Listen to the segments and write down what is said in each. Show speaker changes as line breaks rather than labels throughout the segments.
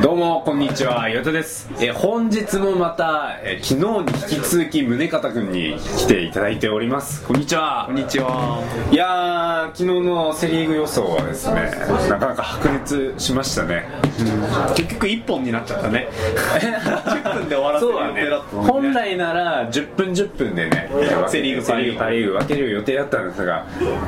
どうもこんにちはヨタです、えー本日もまた、えー昨日に引き続き宗像くんに来ていただいておりますこんにちは
こんにちは。
いやー昨日のセ・リーグ予想はですねなかなか白熱しましたね
結局一本になっちゃったね。10分で終わらせる予定だったのにね
本来なら10分10分でね
セリーグ
セ・
セ
リーグ
リーグ
パ・リーグ分ける予定だったんですが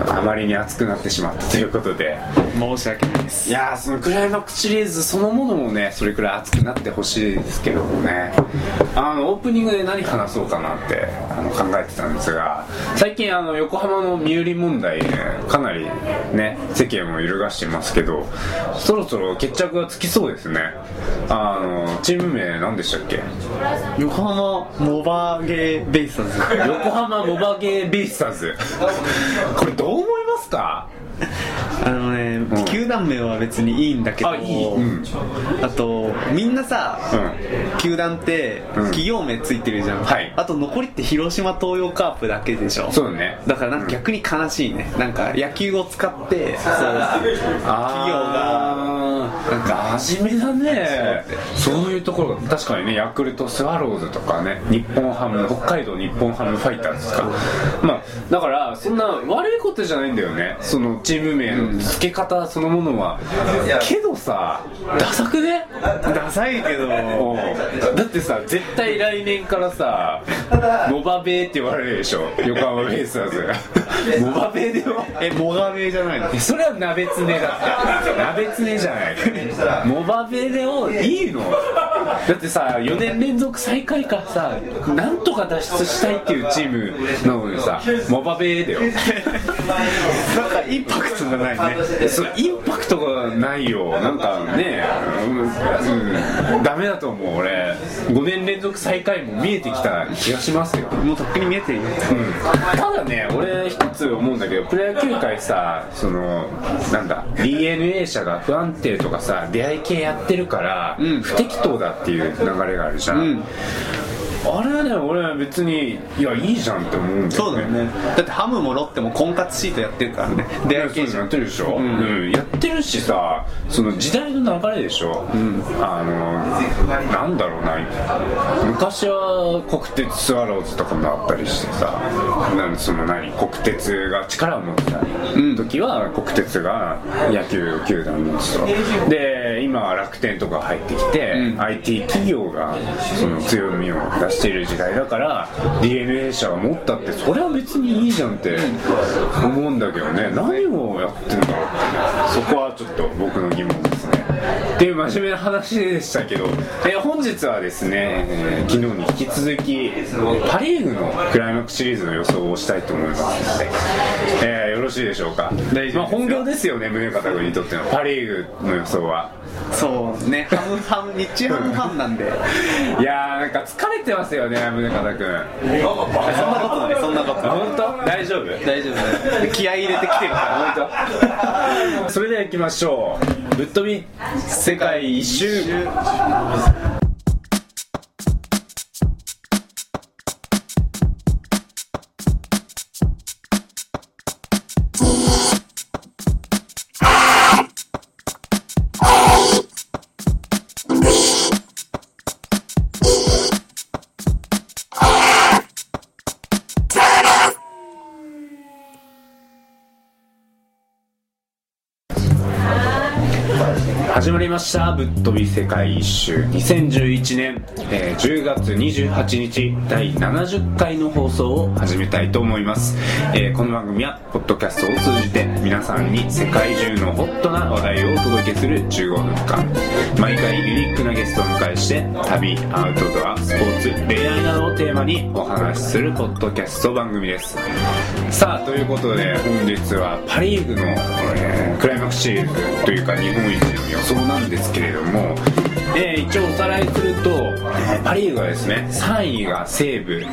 あまりに熱くなってしまったということで
申し訳ないです。
いやーそのクライマックスシリーズそのものもねそれくらい熱くなってほしいですけどもねあのオープニングで何話そうかなってあの考えてたんですが最近あの横浜の身売り問題ねかなりね世間を揺るがしてますけどそろそろ決着がつきそうですねあのチーム名何でしたっけ
横浜モバゲーベイスターズ。
横浜モバゲーベイスターズこれどう思いますか
あのね、
ん
球団名は別にいいんだけど、
あいいうん
あとみんなさ、
う
球団って
ん
企業名ついてるじゃん。
はい
あと残りって広島東洋カープだけでしょ。
そうだね
だからなんか逆に悲しいね。なんか野球を使って、そう企業が。
なんか真面目だねそういうところが確かにねヤクルトスワローズとかね日本ハム北海道日本ハムファイターズとかまあだからそんな悪いことじゃないんだよねそのチーム名の付け方そのものは、けどさダサくね
ダサいけど、
おうだってさ絶対来年からさモバベーって言われるでしょ横浜ベイスターズがモバベーでよ
え、モガベーじゃないの
えそれは鍋つねだって 鍋つねじゃないモバベレをいいのだってさ4年連続最下位からさなんとか脱出したいっていうチームなのにさモバベレだよ
なんかインパクトがないね。
え そのインパクトがないよなんかねうん、うん、ダメだと思う俺5年連続最下位も見えてきた気がしますよ
もうとっくに見えてるよ。
ただね俺一つ思うんだけどプロ野球界さそのなんだ d n a 社が不安定とかさ出会い系やってるから、
ん
不適当だっていう流れがあるじゃん、
うん
あれはね俺は別にいやいいじゃんって思うんだ
そ
よ
うだよねだってハムもロッテも婚活シートやってるからね
い
出会
や
い
そ
系
ういう
じ
の
ゃ
や
ん
ってるでしょ、うん、やってるしさその時代の流れでしょ、あのなんだろうな昔は国鉄スワローズとかもあったりしてさなんその何国鉄が力を持ってた時は国鉄が野球球団の人で今は楽天とか入ってきて、IT 企業がその強みを出している時代だから d n a 社が持ったってそれは別にいいじゃんって思うんだけどね何をやってんだろうってねそこはちょっと僕の疑問ですねっていう真面目な話でしたけど、えー本日はですね、えー昨日に引き続きパ・リーグのクライマックスシリーズの予想をしたいと思いますので、えーよろしいでしょうか
大丈夫ですよ
まあ、本業ですよね宗像君にとってのパ・リーグの予想は
そうねハムハム日ハムファンなんで
いやーなんか疲れてますよね宗像君
そんなことないそんなことない
本当大丈夫
大丈夫だよ気合い入れてきてるから本
それでは行きましょうぶっ飛び世界一周始まりました「ぶっ飛び世界一周」2011年、えー10月28日第70回の放送を始めたいと思います、えーこの番組はポッドキャストを通じて皆さんに世界中のホットな話題をお届けする15分間毎回ユニークなゲストをお迎えして旅アウトドアスポーツ恋愛などをテーマにお話しするポッドキャスト番組ですさあということで本日はパ・リーグの、えークライマックスシリーズというか日本一の予想なんですけれども、えー一応おさらいするとえーパ・リーグはですね3位が西武2位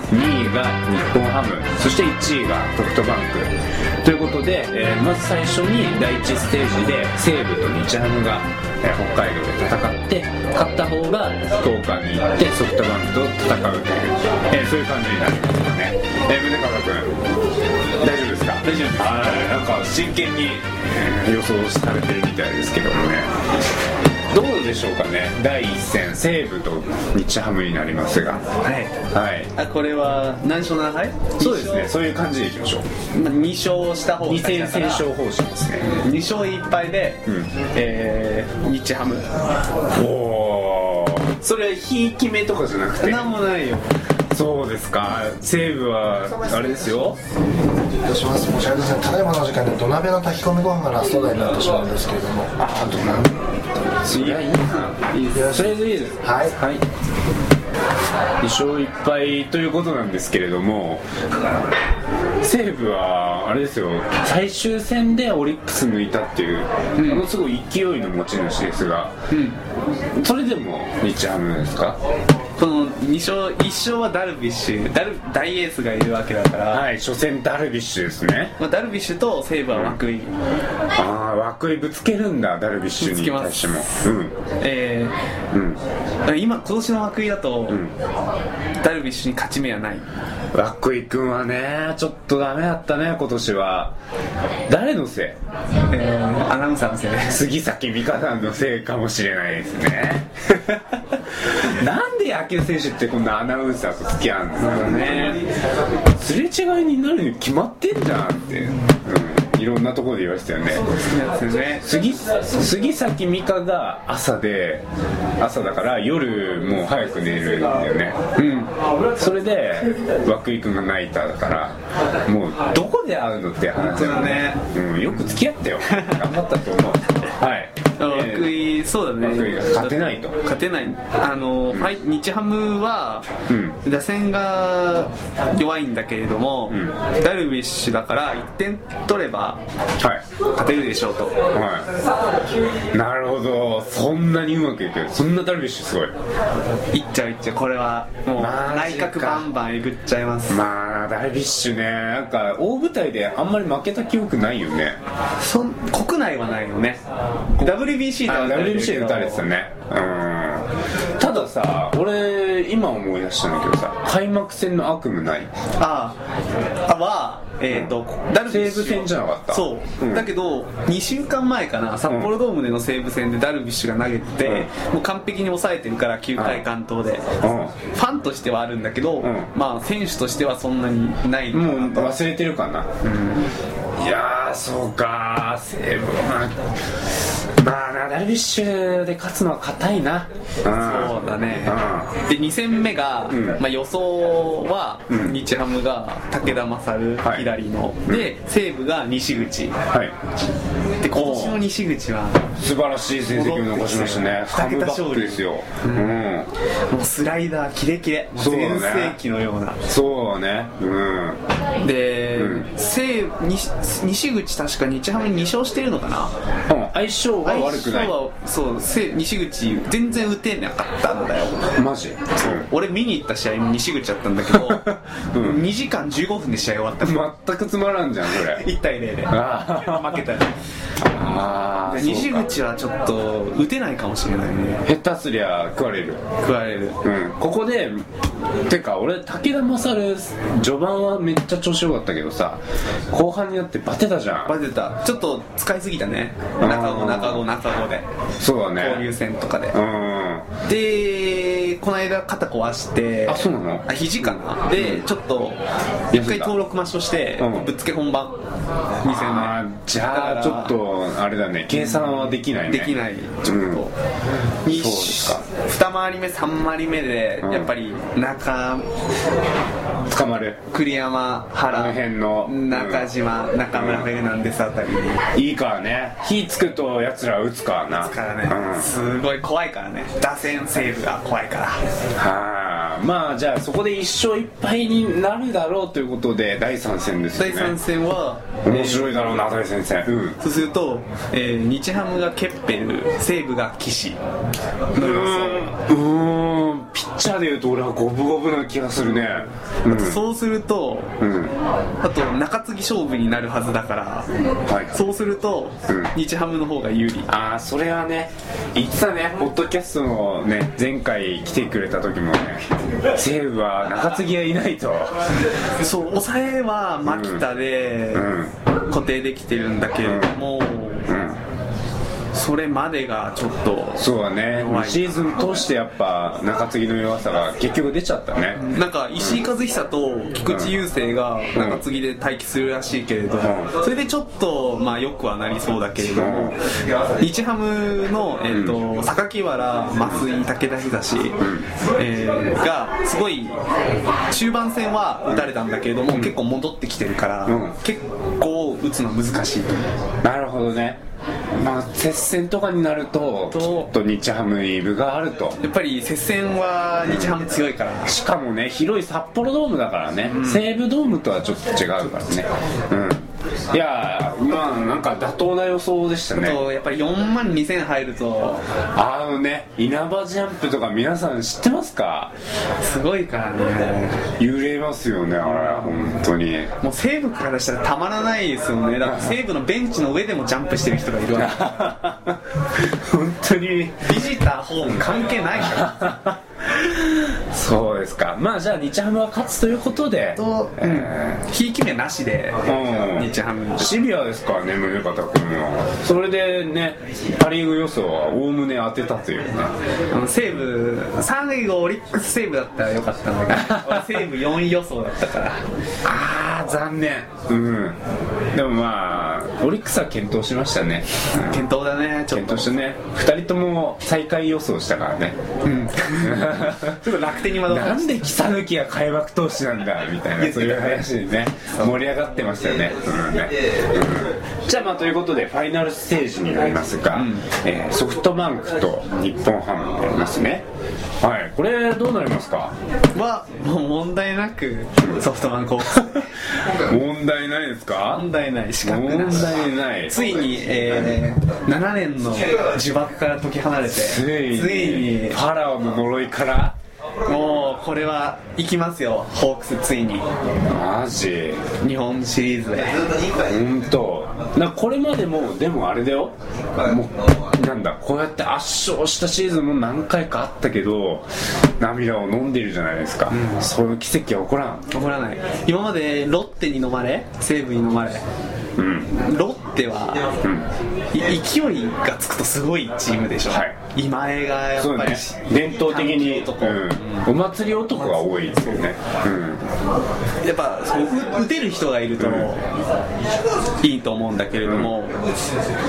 が日本ハムそして1位がソフトバンクということで、えーまず最初に第1ステージで西武と日ハムが、えー北海道で戦って勝った方が福岡に行ってソフトバンクと戦うという、えーそういう感じになりますよね、えー、宗像君大丈夫ですか大丈夫ですなんか真剣に、えー予想されてるみたいですけどもねどうでしょうかね第一戦西武と日ハムになりますが
はい
はい
あこれは何勝7敗
そうですねそういう感じでいきましょう
まあ2勝した方
二戦先勝方針ですね
2勝1敗で、
うん
えー日ハム
おおそれはひいき目とかじゃなくて
なんもないよ
そうですか西武はあれですよ
とします申し訳ございませんただいまのお時間で土鍋の炊き込みご飯がラスト台になってしまうんですけれどもは
あとないやいいないいですとりあえずいいです
い
はい2勝1敗ということなんですけれども西武はあれですよ最終戦でオリックス抜いたっていう、ものすごい勢いの持ち主ですが、それでも日ハムですか
この2勝1勝はダルビッシュダル大エースがいるわけだから、
はい初戦ダルビッシュですね
まあ、ダルビッシュと西武は涌井、
ああ涌井ぶつけるんだダルビッシュに対しても
ぶ
うん
え
うん
ー今今年の涌井だと、
ん
ダルビッシュに勝ち目はない
涌井君はねちょっとダメだったね今年は誰のせい
えーアナウンサーのせいで
杉崎美香さんのせいかもしれないですね なんで野球選手ってこんなアナウンサーと付き合うんですかねすれ違いになるに決まってんじゃんって、うん、いろんなところで言われてたよね
なんですよね
杉杉崎美香が朝で朝だから夜もう早く寝るんだよねうんそれで涌井君が泣いたからもうどこで会うのって話だよねうん、よく付き合ったよ頑張ったと思うはい
涌井そうだね
涌井が勝てないと
勝てないあの、ファイ日ハムは、
う
打線が弱いんだけれども、
ん
ダルビッシュだから1点取れば
はい
勝てるでしょうと
はいなるほどそんなにうまくいくそんなダルビッシュすごい
いっちゃういっちゃうこれはもう
マ
内
ジか
角バンバンえぐっちゃいます、
まあダルビッシュねなんか大舞台であんまり負けた記憶ないよね
そん国内はないよね WBC で
あ
は
WBC で打たれてたねうんたださ俺今思い出したんだけどさ開幕戦の悪夢ない
ああはえっ、と、ダルビッシ
西武
ュ
戦じゃなかった
そう、
うん
だけど2週間前かな札幌ドームでの西武戦でダルビッシュが投げてて、もう完璧に抑えてるから9回完投で、
う
ファンとしてはあるんだけど、
ん
まあ選手としてはそんなにない
ん
の
も
か
う
なと
忘れてるかな、いやーそうか西武まあまあなダルビッシュで勝つのは硬いなそう
そうだね
う
で2戦目が、
ん
まあ、予想は
ん
日ハムが武田勝
はい
左の、で西武が西口
はい
で今年の西口は
素晴らしい成績を残しましたねカ
戻ってきたよ
ムバックですようん
もうスライダーキレキレもう
そうだね
全盛期のような
そうねうん
で、
うん
西西西口確か日ハムに2勝してるのかな
うん相性は悪くない
相性はそう西西口全然打てなかったんだよ
マジそう
俺見に行った試合西口だったんだけど、
うん
2時間15分で試合終わった
全くつまらんじゃんそれ
1対0で
あー
負けた よ
ああ
西口はちょっと打てないかもしれないね
下手すりゃ食われる
食われる
うんここでてか俺武田勝序盤はめっちゃ調子良かったけどさ後半になってバテたじゃ
バ
ん
テたちょっと使いすぎたね
ー
中後中後中後で
そうだ
交流
ね
戦とかで
うん
でこの間肩壊して
あそうなの
あ肘かなでちょっと
休んだ
一回登録抹消して
うん
ぶっつけ本番2戦
あ
目
ーじゃあちょっとあれだね計算はできないね
できないちょっ
うん
と2
そうですか
回り目3回り目で
うん
やっぱり中
捕まる
栗山
あの
原
辺の
中島中村フェルナンデスあたり
いいからね火つくとやつら打つからな
から
う
ね
ん
すごい怖いからね打線セーブが怖いから
はあまあじゃあそこで1勝1敗になるだろうということで第3戦ですよ
第
ね
3戦は
面白いだろうな第3戦うん
そうすると、えー日ハムがケッペル西武が岸の予想
うーんピッチャーでいうと俺は五分五分な気がするねう
そうすると
ん、うん、
あと中継ぎ勝負になるはずだから
はい
そうすると
うん
日ハムの方が有利
ああそれはね言ってたねポッドキャストのね前回来てくれた時もね西武は中継ぎがいないと
そう抑えは牧田で
うん
固定できてるんだけれども
うん
それまでがちょっと
そうだね
弱い
シーズン通してやっぱ中継ぎの弱さが結局出ちゃったね、
なんか石井和久と菊池雄星が中継ぎで待機するらしいけれど
う
それでちょっとまあよくはなりそうだけれども日ハムのえっと榊原増井武田東えーがすごい中盤戦は打たれたんだけれども結構戻ってきてるから
うん
結構打つの難しいと
なるほどねまあ接戦とかになるとち
と
ょっと日ハムイブがあると
やっぱり接戦は日ハム強いから
しかもね広い札幌ドームだからね、西武ドームとはちょっと違うからねうんいやーまあなんか妥当な予想でした
あ
ね
とやっぱり4万2000入ると
あのね稲葉ジャンプとか皆さん知ってますか
すごいからね
揺れますよねあれ本当に
もう西武からしたらたまらないですよねだから西武のベンチの上でもジャンプしてる人がいるわけ
本当に
ビジターホーム関係ないから
そうですかまあじゃあ日ハムは勝つということで
と
え
ひいき目なしで
ーうん
日ハム
シビアですからね宗像君はそれでねパ・リーグ予想はおおむね当てたというね
あの西武3位がオリックス西武だったらよかったんだけど俺西武4位予想だったから
ああ残念うんでもまあオリックスは検討しましたね
検討だねちょっ
検
と
討してね2人とも最下位予想したからね
ちょっと楽天に惑わさ
な
れて
んで草抜きが開幕投手なんだみたいなそういう話にね盛り上がってましたよね,、うんねうんじゃあまあということでファイナルステージになりますが、えーソフトバンクと日本ハムになりますねはいこれどうなりますか
はもう問題なくソフトバンクを
問題ないですか
問題ない資格
問
なし
題ない
ついに、えー、7年の呪縛から解き放れて
ついに
ついに
ファラオの呪いから
もうこれは行きますよホークスついに
マジ
日本シリーズで
本当なこれまでもでもあれだよもうなんだこうやって圧勝したシーズンも何回かあったけど涙を飲んでるじゃないですか、そういう奇跡は起こらん
起こらない今までロッテに飲まれ西武に飲まれ
うん
ロッテは、い勢いがつくとすごいチームでしょ、
はい
今江がや
そ
っ
う
ぱ
だ
り、
ね伝統的に、
男
うん、お祭り男が多いですよね、
やっぱそうう打てる人がいると、いいと思うんだけれども、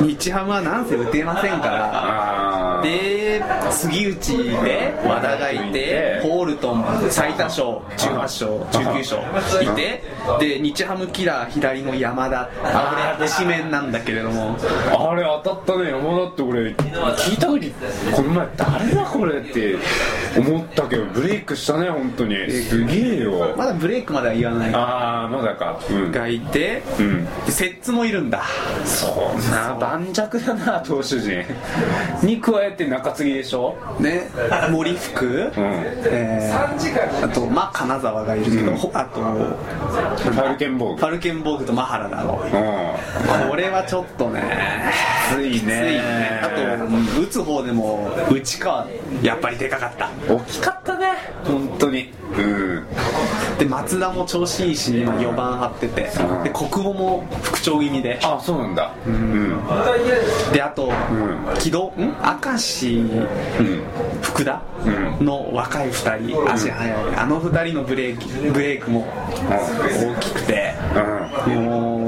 日ハムはなんせ打てませんから
うん、ああ
で杉内で和田がいてホールトン最多勝18勝19勝いてで日ハムキラー左の山田あれ推しメンなんだけれども
あれ当たったね山田って俺聞いた時この前誰だこれって思ったけどブレイクしたね本当にすげえよ
まだブレイクまでは言わない
ああまだかうん
がいて
うん
で摂津もいるんだ
そんな盤石だな投手陣に加えて中継ぎでしょ
ね森福
うん
えーあとまあ金沢がいるけどほあと
ファルケンボー
フ
グ
ァルケンボーグとマハラだろ
うん
これはちょっとね
つい
ついねあと打つ方でも内川やっぱりでかかった
あと大きかったね本当にうん
で松田も調子いいし今4番張っててで国母も復調気味で
あそうなんだうん
であと
ん
木戸ん明石
うん
福田
う
の若い2人足速いあの2人のブレーキブレークも大きくて
うん
もう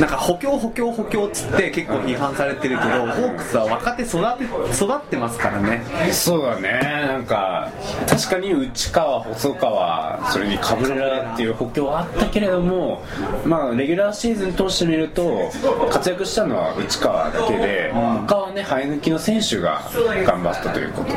なんか補強補強補強っつって結構批判されてるけどホークスは若手育て育ってますからね
そうだねなんか確かに内川細川それにカブレラっていう補強はあったけれどもまあレギュラーシーズン通してみると活躍したのは内川だけで他はね生え抜きの選手が頑張ったということ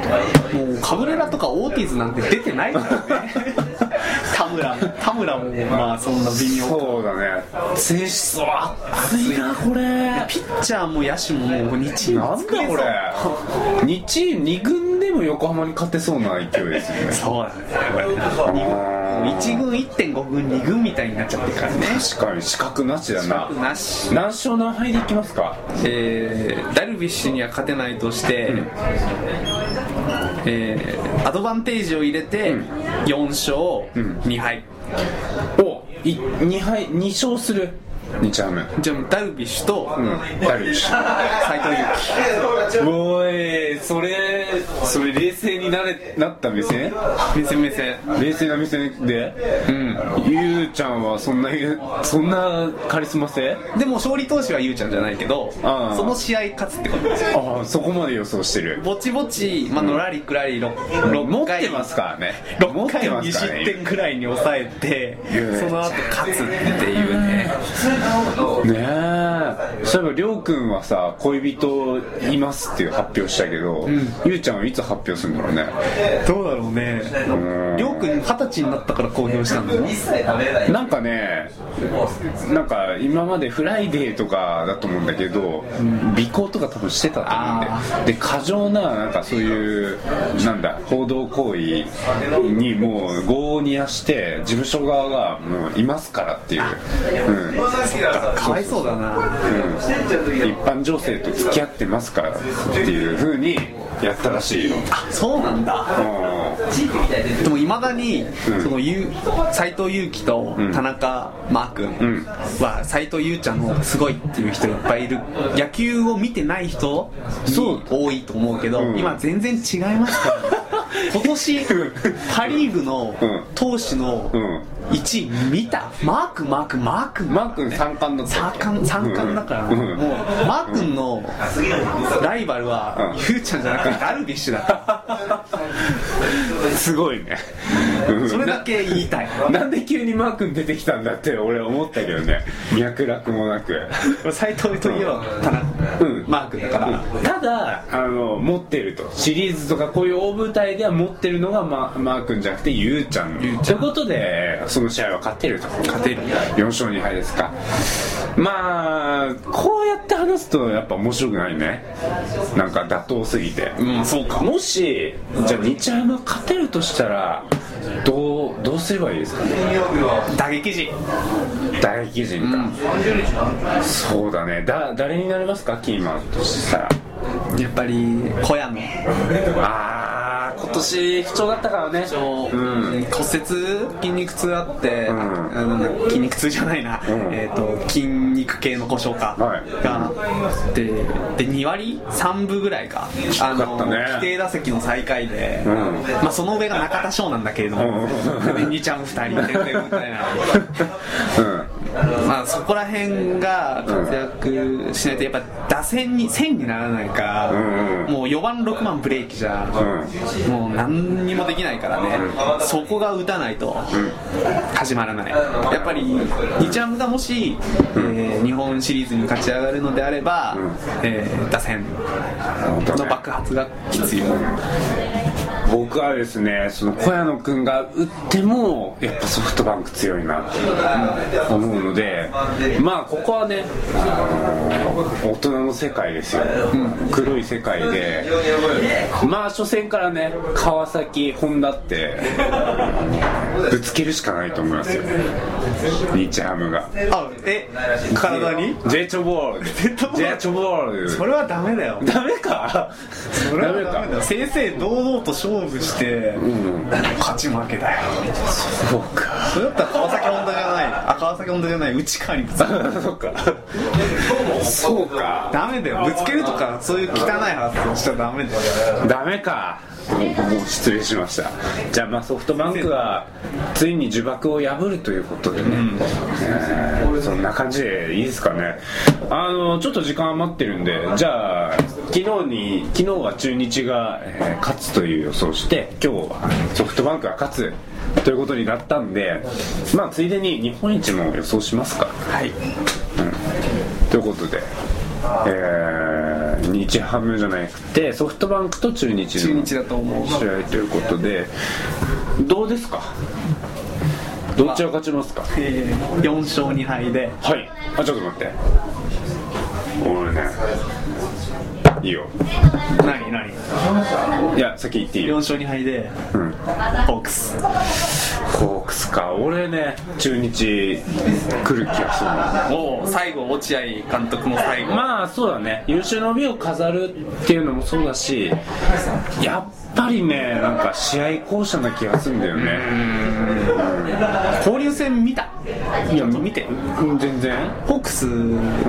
で
もうカブレラとかオーティーズなんて出てないからね 田村田村もまあそんな微妙
そうだね選出は熱いなこれ
ピッチャーも野手ももう2チーム
なんだこれ2チーム2軍でも横浜に勝てそうな勢いですよね
そうなんだよこれ1軍1.5軍2軍みたいになっちゃってるからね
確かに資格なしだな
なし、
何勝何敗でいきますか
えー、ダルビッシュには勝てないとして、えーアドバンテージを入れて4勝2敗、
おい2敗2勝する2チャーム
じゃあダルビッシュと
うんダルビッシュ
斎藤佑樹
おいそれそれ冷静になれなった目線
目線目線
冷静な目線で
うん
ゆうちゃんはそんなそんなカリスマ性
でも勝利投手はゆうちゃんじゃないけど
あー
その試合勝つってことです
ああそこまで予想してる
ぼちぼち、まあ、のらりくらり 6,
持
六
っ
回
てますからね持
6
っ
回
てま
2
すから
失
ね
点くらいに抑えて
うん
その後勝つっていうね
ねえそういえばりょうくんはさ恋人いますっていう発表したけど、ゆうちゃんはいつ発表するんだろうね
どうだろうね
うん
りょうくん二十歳になったから公表したんだよ
なんかねなんか今まで「フライデー」とかだと思うんだけど尾行とか多分してたと思うんでで過剰ななんかそういうなんだ報道行為にもう業を煮やして事務所側がもういますからっていう、うん、
かわいそうだな
一般女性と付き合ってますからっていうふうにやったらしいよ
そうなんだ
う
でもいまだにそのゆ斎藤佑樹と田中真君
ん
は斎藤佑ちゃんの方がすごいっていう人がいっぱいいる野球を見てない人
そう
に多いと思うけど
うん
今全然違いま すからね今年パ・リーグの
うん
投手の
うん
1位見たマークマークマーク
んマー君三冠の
三冠三冠だから、
うん
もうマー君のライバルは、
う
ゆうちゃんじゃなくてダルビッシュだか
すごいね
らそれだけ言いたい
なんで急にマー君出てきたんだって俺思ったけどね脈絡もなく
斎藤といえば田中、
うん
マー君だから、
ただあの持ってるとシリーズとかこういう大舞台では持ってるのがママー君じゃなくてゆうちゃんということでその試合は勝てると勝
てる
4勝2敗ですかまあこうやって話すとやっぱ面白くないねなんか妥当すぎて
うんそうか
もしじゃあ日ハム勝てるとしたらどうどうすればいいですかね
打撃陣
打撃陣か、そうだねだ誰になりますかキーマンとしたら
やっぱり小屋の
あー今年不調だったからねうん
骨折筋肉痛あって、
ん
あの筋肉痛じゃないな、
ん
えー、と筋肉系の故障かが、
はい
でで2割3分ぐらいか
か
あ
った
の
ね
規定打席の最下位で、
うん
まあ、その上が中田翔なんだけれど
う
も、
ん
で兄ちゃん2人全然みたいな。まあそこら辺が活躍しないとやっぱ打線に線にならないから、
うんうん
もう4番6番ブレーキじゃ、もう何にもできないからね、そこが打たないと始まらない、やっぱり日ハムがもし、えー日本シリーズに勝ち上がるのであれば、えー打線
うん
の爆発が必要、
僕はですねその小谷野君が打ってもやっぱソフトバンク強いなと思うのでまあここはね、あの大人の世界ですよ、黒い世界でまあ初戦からね川崎本田ってぶつけるしかないと思いますよ日ハムが
あえ体に
ジェイチョボールジェイチョボール
それはダメだよ
ダメか
それ
ダ
は
メ
ダメだ
か
よ正々堂々と勝負して、勝ち負けだよ
そうか
それだったら川崎本田じゃないあ川崎本田じゃない内川にぶつける
そうかそうか
ダメだよぶつけるとかそういう汚い発想しちゃダメだよ
ダメかもうもう失礼しましたじゃあまあソフトバンクはついに呪縛を破るということでね、えー そんな感じでいいですかねあのちょっと時間余ってるんでじゃあ昨日に昨日は中日が、えー勝つという予想をして今日はソフトバンクが勝つということになったんでまあついでに日本一も予想しますか
はい
ということで、えー、日ハムじゃなくてソフトバンクと中日の
中日だと思う
試合ということでどうですかどっちが勝ちますか、
えー4勝2敗で
はいあちょっと待って俺ねいいよ
何何
いや先言っていい
4
よ
勝2敗で、
ん
ホークス
コークスか俺ね中日来る気がするな
もう最後落合監督も最後、
まあそうだね優秀の美を飾るっていうのもそうだしやっぱりねなんか試合巧者な気がするんだよね
交流戦見た
いや
見てる
うん全然
ホーク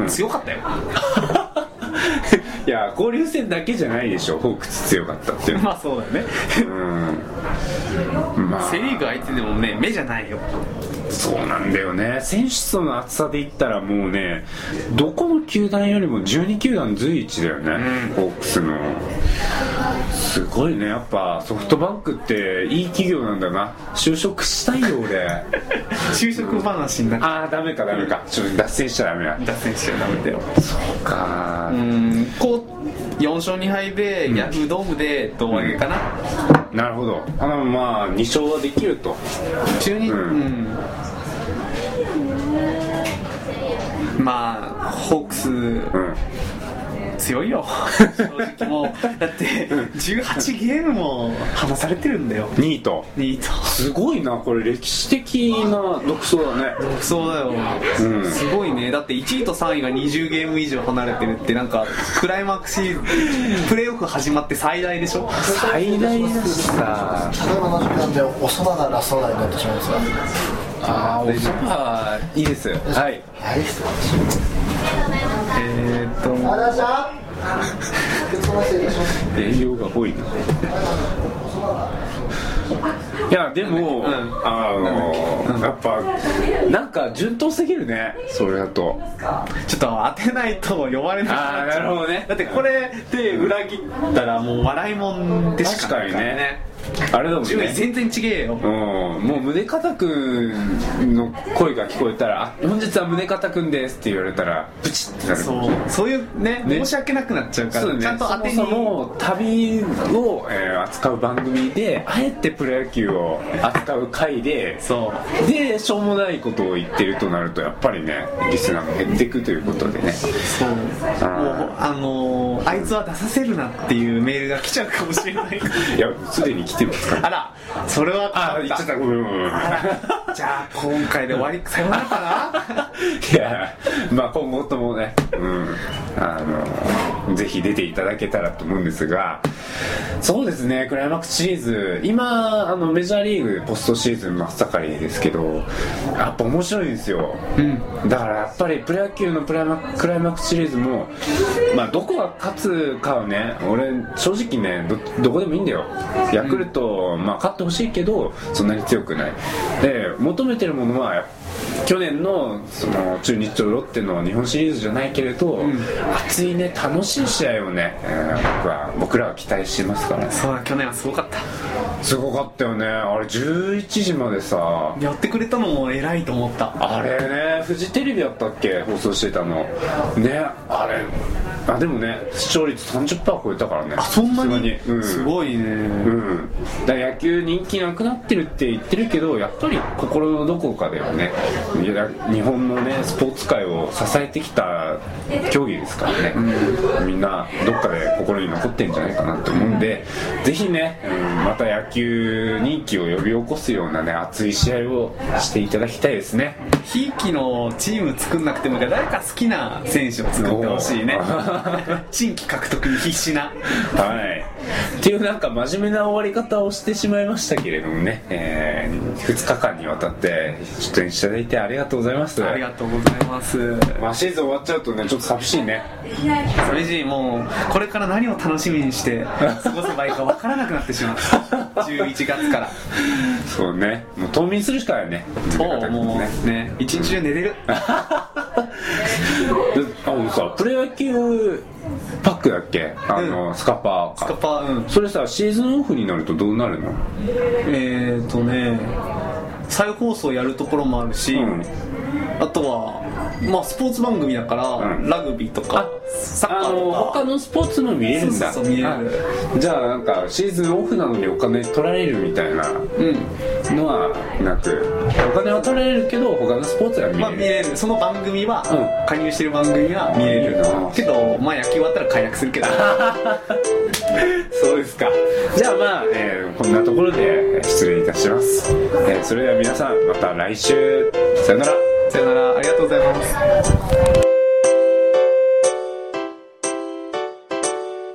ス強かったよ、
いや交流戦だけじゃないでしょホークス強かったっていうの
まあそうだよね
うんまあ
セ・リーグ相手でもね目じゃないよ
そうなんだよね選手層の厚さで言ったらもうねどこの球団よりも12球団随一だよね、ホークスのすごいねやっぱソフトバンクっていい企業なんだな就職したいよ 俺
就職話になって
ああダメかダメかちょっと脱線しちゃダメだ
脱線しちゃダメだよ
そうか
うんこう4勝2敗でヤフードームで胴上げかな、
なるほどあのまあ2勝はできると
中日、うんんまあホー
う
クス
ん
強いよ正直もうだって18ゲームも離されてるんだよ
2位と
ニート
すごいなこれ歴史的な独走だね
そうだよ、
うん
すごいねだって1位と3位が20ゲーム以上離れてるってなんかクライマックスシリーズプレーオフ始まって最大でしょ
最大だしさ
例えばの時間でおそばがラストラインになってしまいますが
ああおそばいいですはい
はい
えー、っと
ありがとうございました結婚していたします
栄養が多いないやでも、あのやっぱなんか順当すぎるねそれだと
ちょっと当てないと呼ばれなくなっちゃう
あーなるほどね
だってこれで裏切ったらもう笑いもんでし
確
か
か
ない
に
からね
ねあれだもん
順位
ね
全然違えよ
うん、もう宗像くんの声が聞こえたら「あ本日は宗像くんです」って言われたらブチってなる
そうそういうね
ね
申し訳なくなっちゃうか
そう
ら、
ね、
ちゃんと当てに
そもそも旅を、えー扱う番組であえてプロ野球を扱う回で
そう
でしょうもないことを言ってるとなるとやっぱりねリスナーも減っていくということでね
そうもうあのーあいつは出させるなっていうメールが来ちゃうかもしれない
いやすでに来てますから
あらそれは
あ言っちゃったごめんごめんごめん
じゃあ今回で終わりさよならかな
いやまあ今後ともね、うん、あのぜひ出ていただけたらと思うんですがそうですねクライマックスシリーズ今あのメジャーリーグポストシーズン真っ盛りですけどやっぱ面白いんですよ、だからやっぱりプロ野球のプライマクライマックスシリーズも、まあ、どこが勝つかはね俺正直ねどどこでもいいんだよヤクルト、まあ、勝ってほしいけどそんなに強くないで求めてるものはやっぱ去年のその中日とロッテの日本シリーズじゃないけれど、熱いね楽しい試合をね、えー僕は僕らは期待してますから
そうだ去年はすごかった
すごかったよねあれ11時までさ
やってくれたのも偉いと思った
あれねフジテレビやったっけ放送してたのねあれあでもね視聴率30%超えたからねあ
そんなに
うん、
すごいね、
うん、だから野球人気なくなってるって言ってるけどやっぱり心のどこかではねいや日本のねスポーツ界を支えてきた競技ですからね、みんなどっかで心に残ってんじゃないかなと思うんで、ぜひね、うんまた野球人気を呼び起こすようなね熱い試合をしていただきたいですね
ひいきのチーム作んなくてもいいから誰か好きな選手を作ってほしいね
おー
新規獲得に必死な
はい、っていうなんか真面目な終わり方をしてしまいましたけれどもね、え2日間にわたって出演していただいてありがとうございます
ありがとうございます
まあ、シーズン終わっちゃうとねちょっと寂しいね
それじもうこれから何を楽しみにして過ごせばいいか分からなくなってしまった11月 から
そうねもう冬眠するしかないね
そうもうね一日中寝れる
であのさプロ野球パックだっけあの、スカパー
スカ
か
パーうん
それさシーズンオフになるとどうなるの
えー、とね再放送やるところもあるし、
うん
あとは、まあ、スポーツ番組だから、
うん
ラグビーと
あ
かサッカ
あ
ー
の
とか
他のスポーツも見れるんだ
そうそうそう見れる
あじゃあなんかシーズンオフなのにお金取られるみたいな
うん
のはなくお金は取られるけど他のスポーツは見れる、
まあ見れるその番組は、
うん
加入してる番組は見れる
いいな
けどまあ野球終わったら解約するけど
そうですかじゃあまあ、えーこんなところでえー失礼いたします、えーそれでは皆さんまた来週さよなら
さよならありがとうございます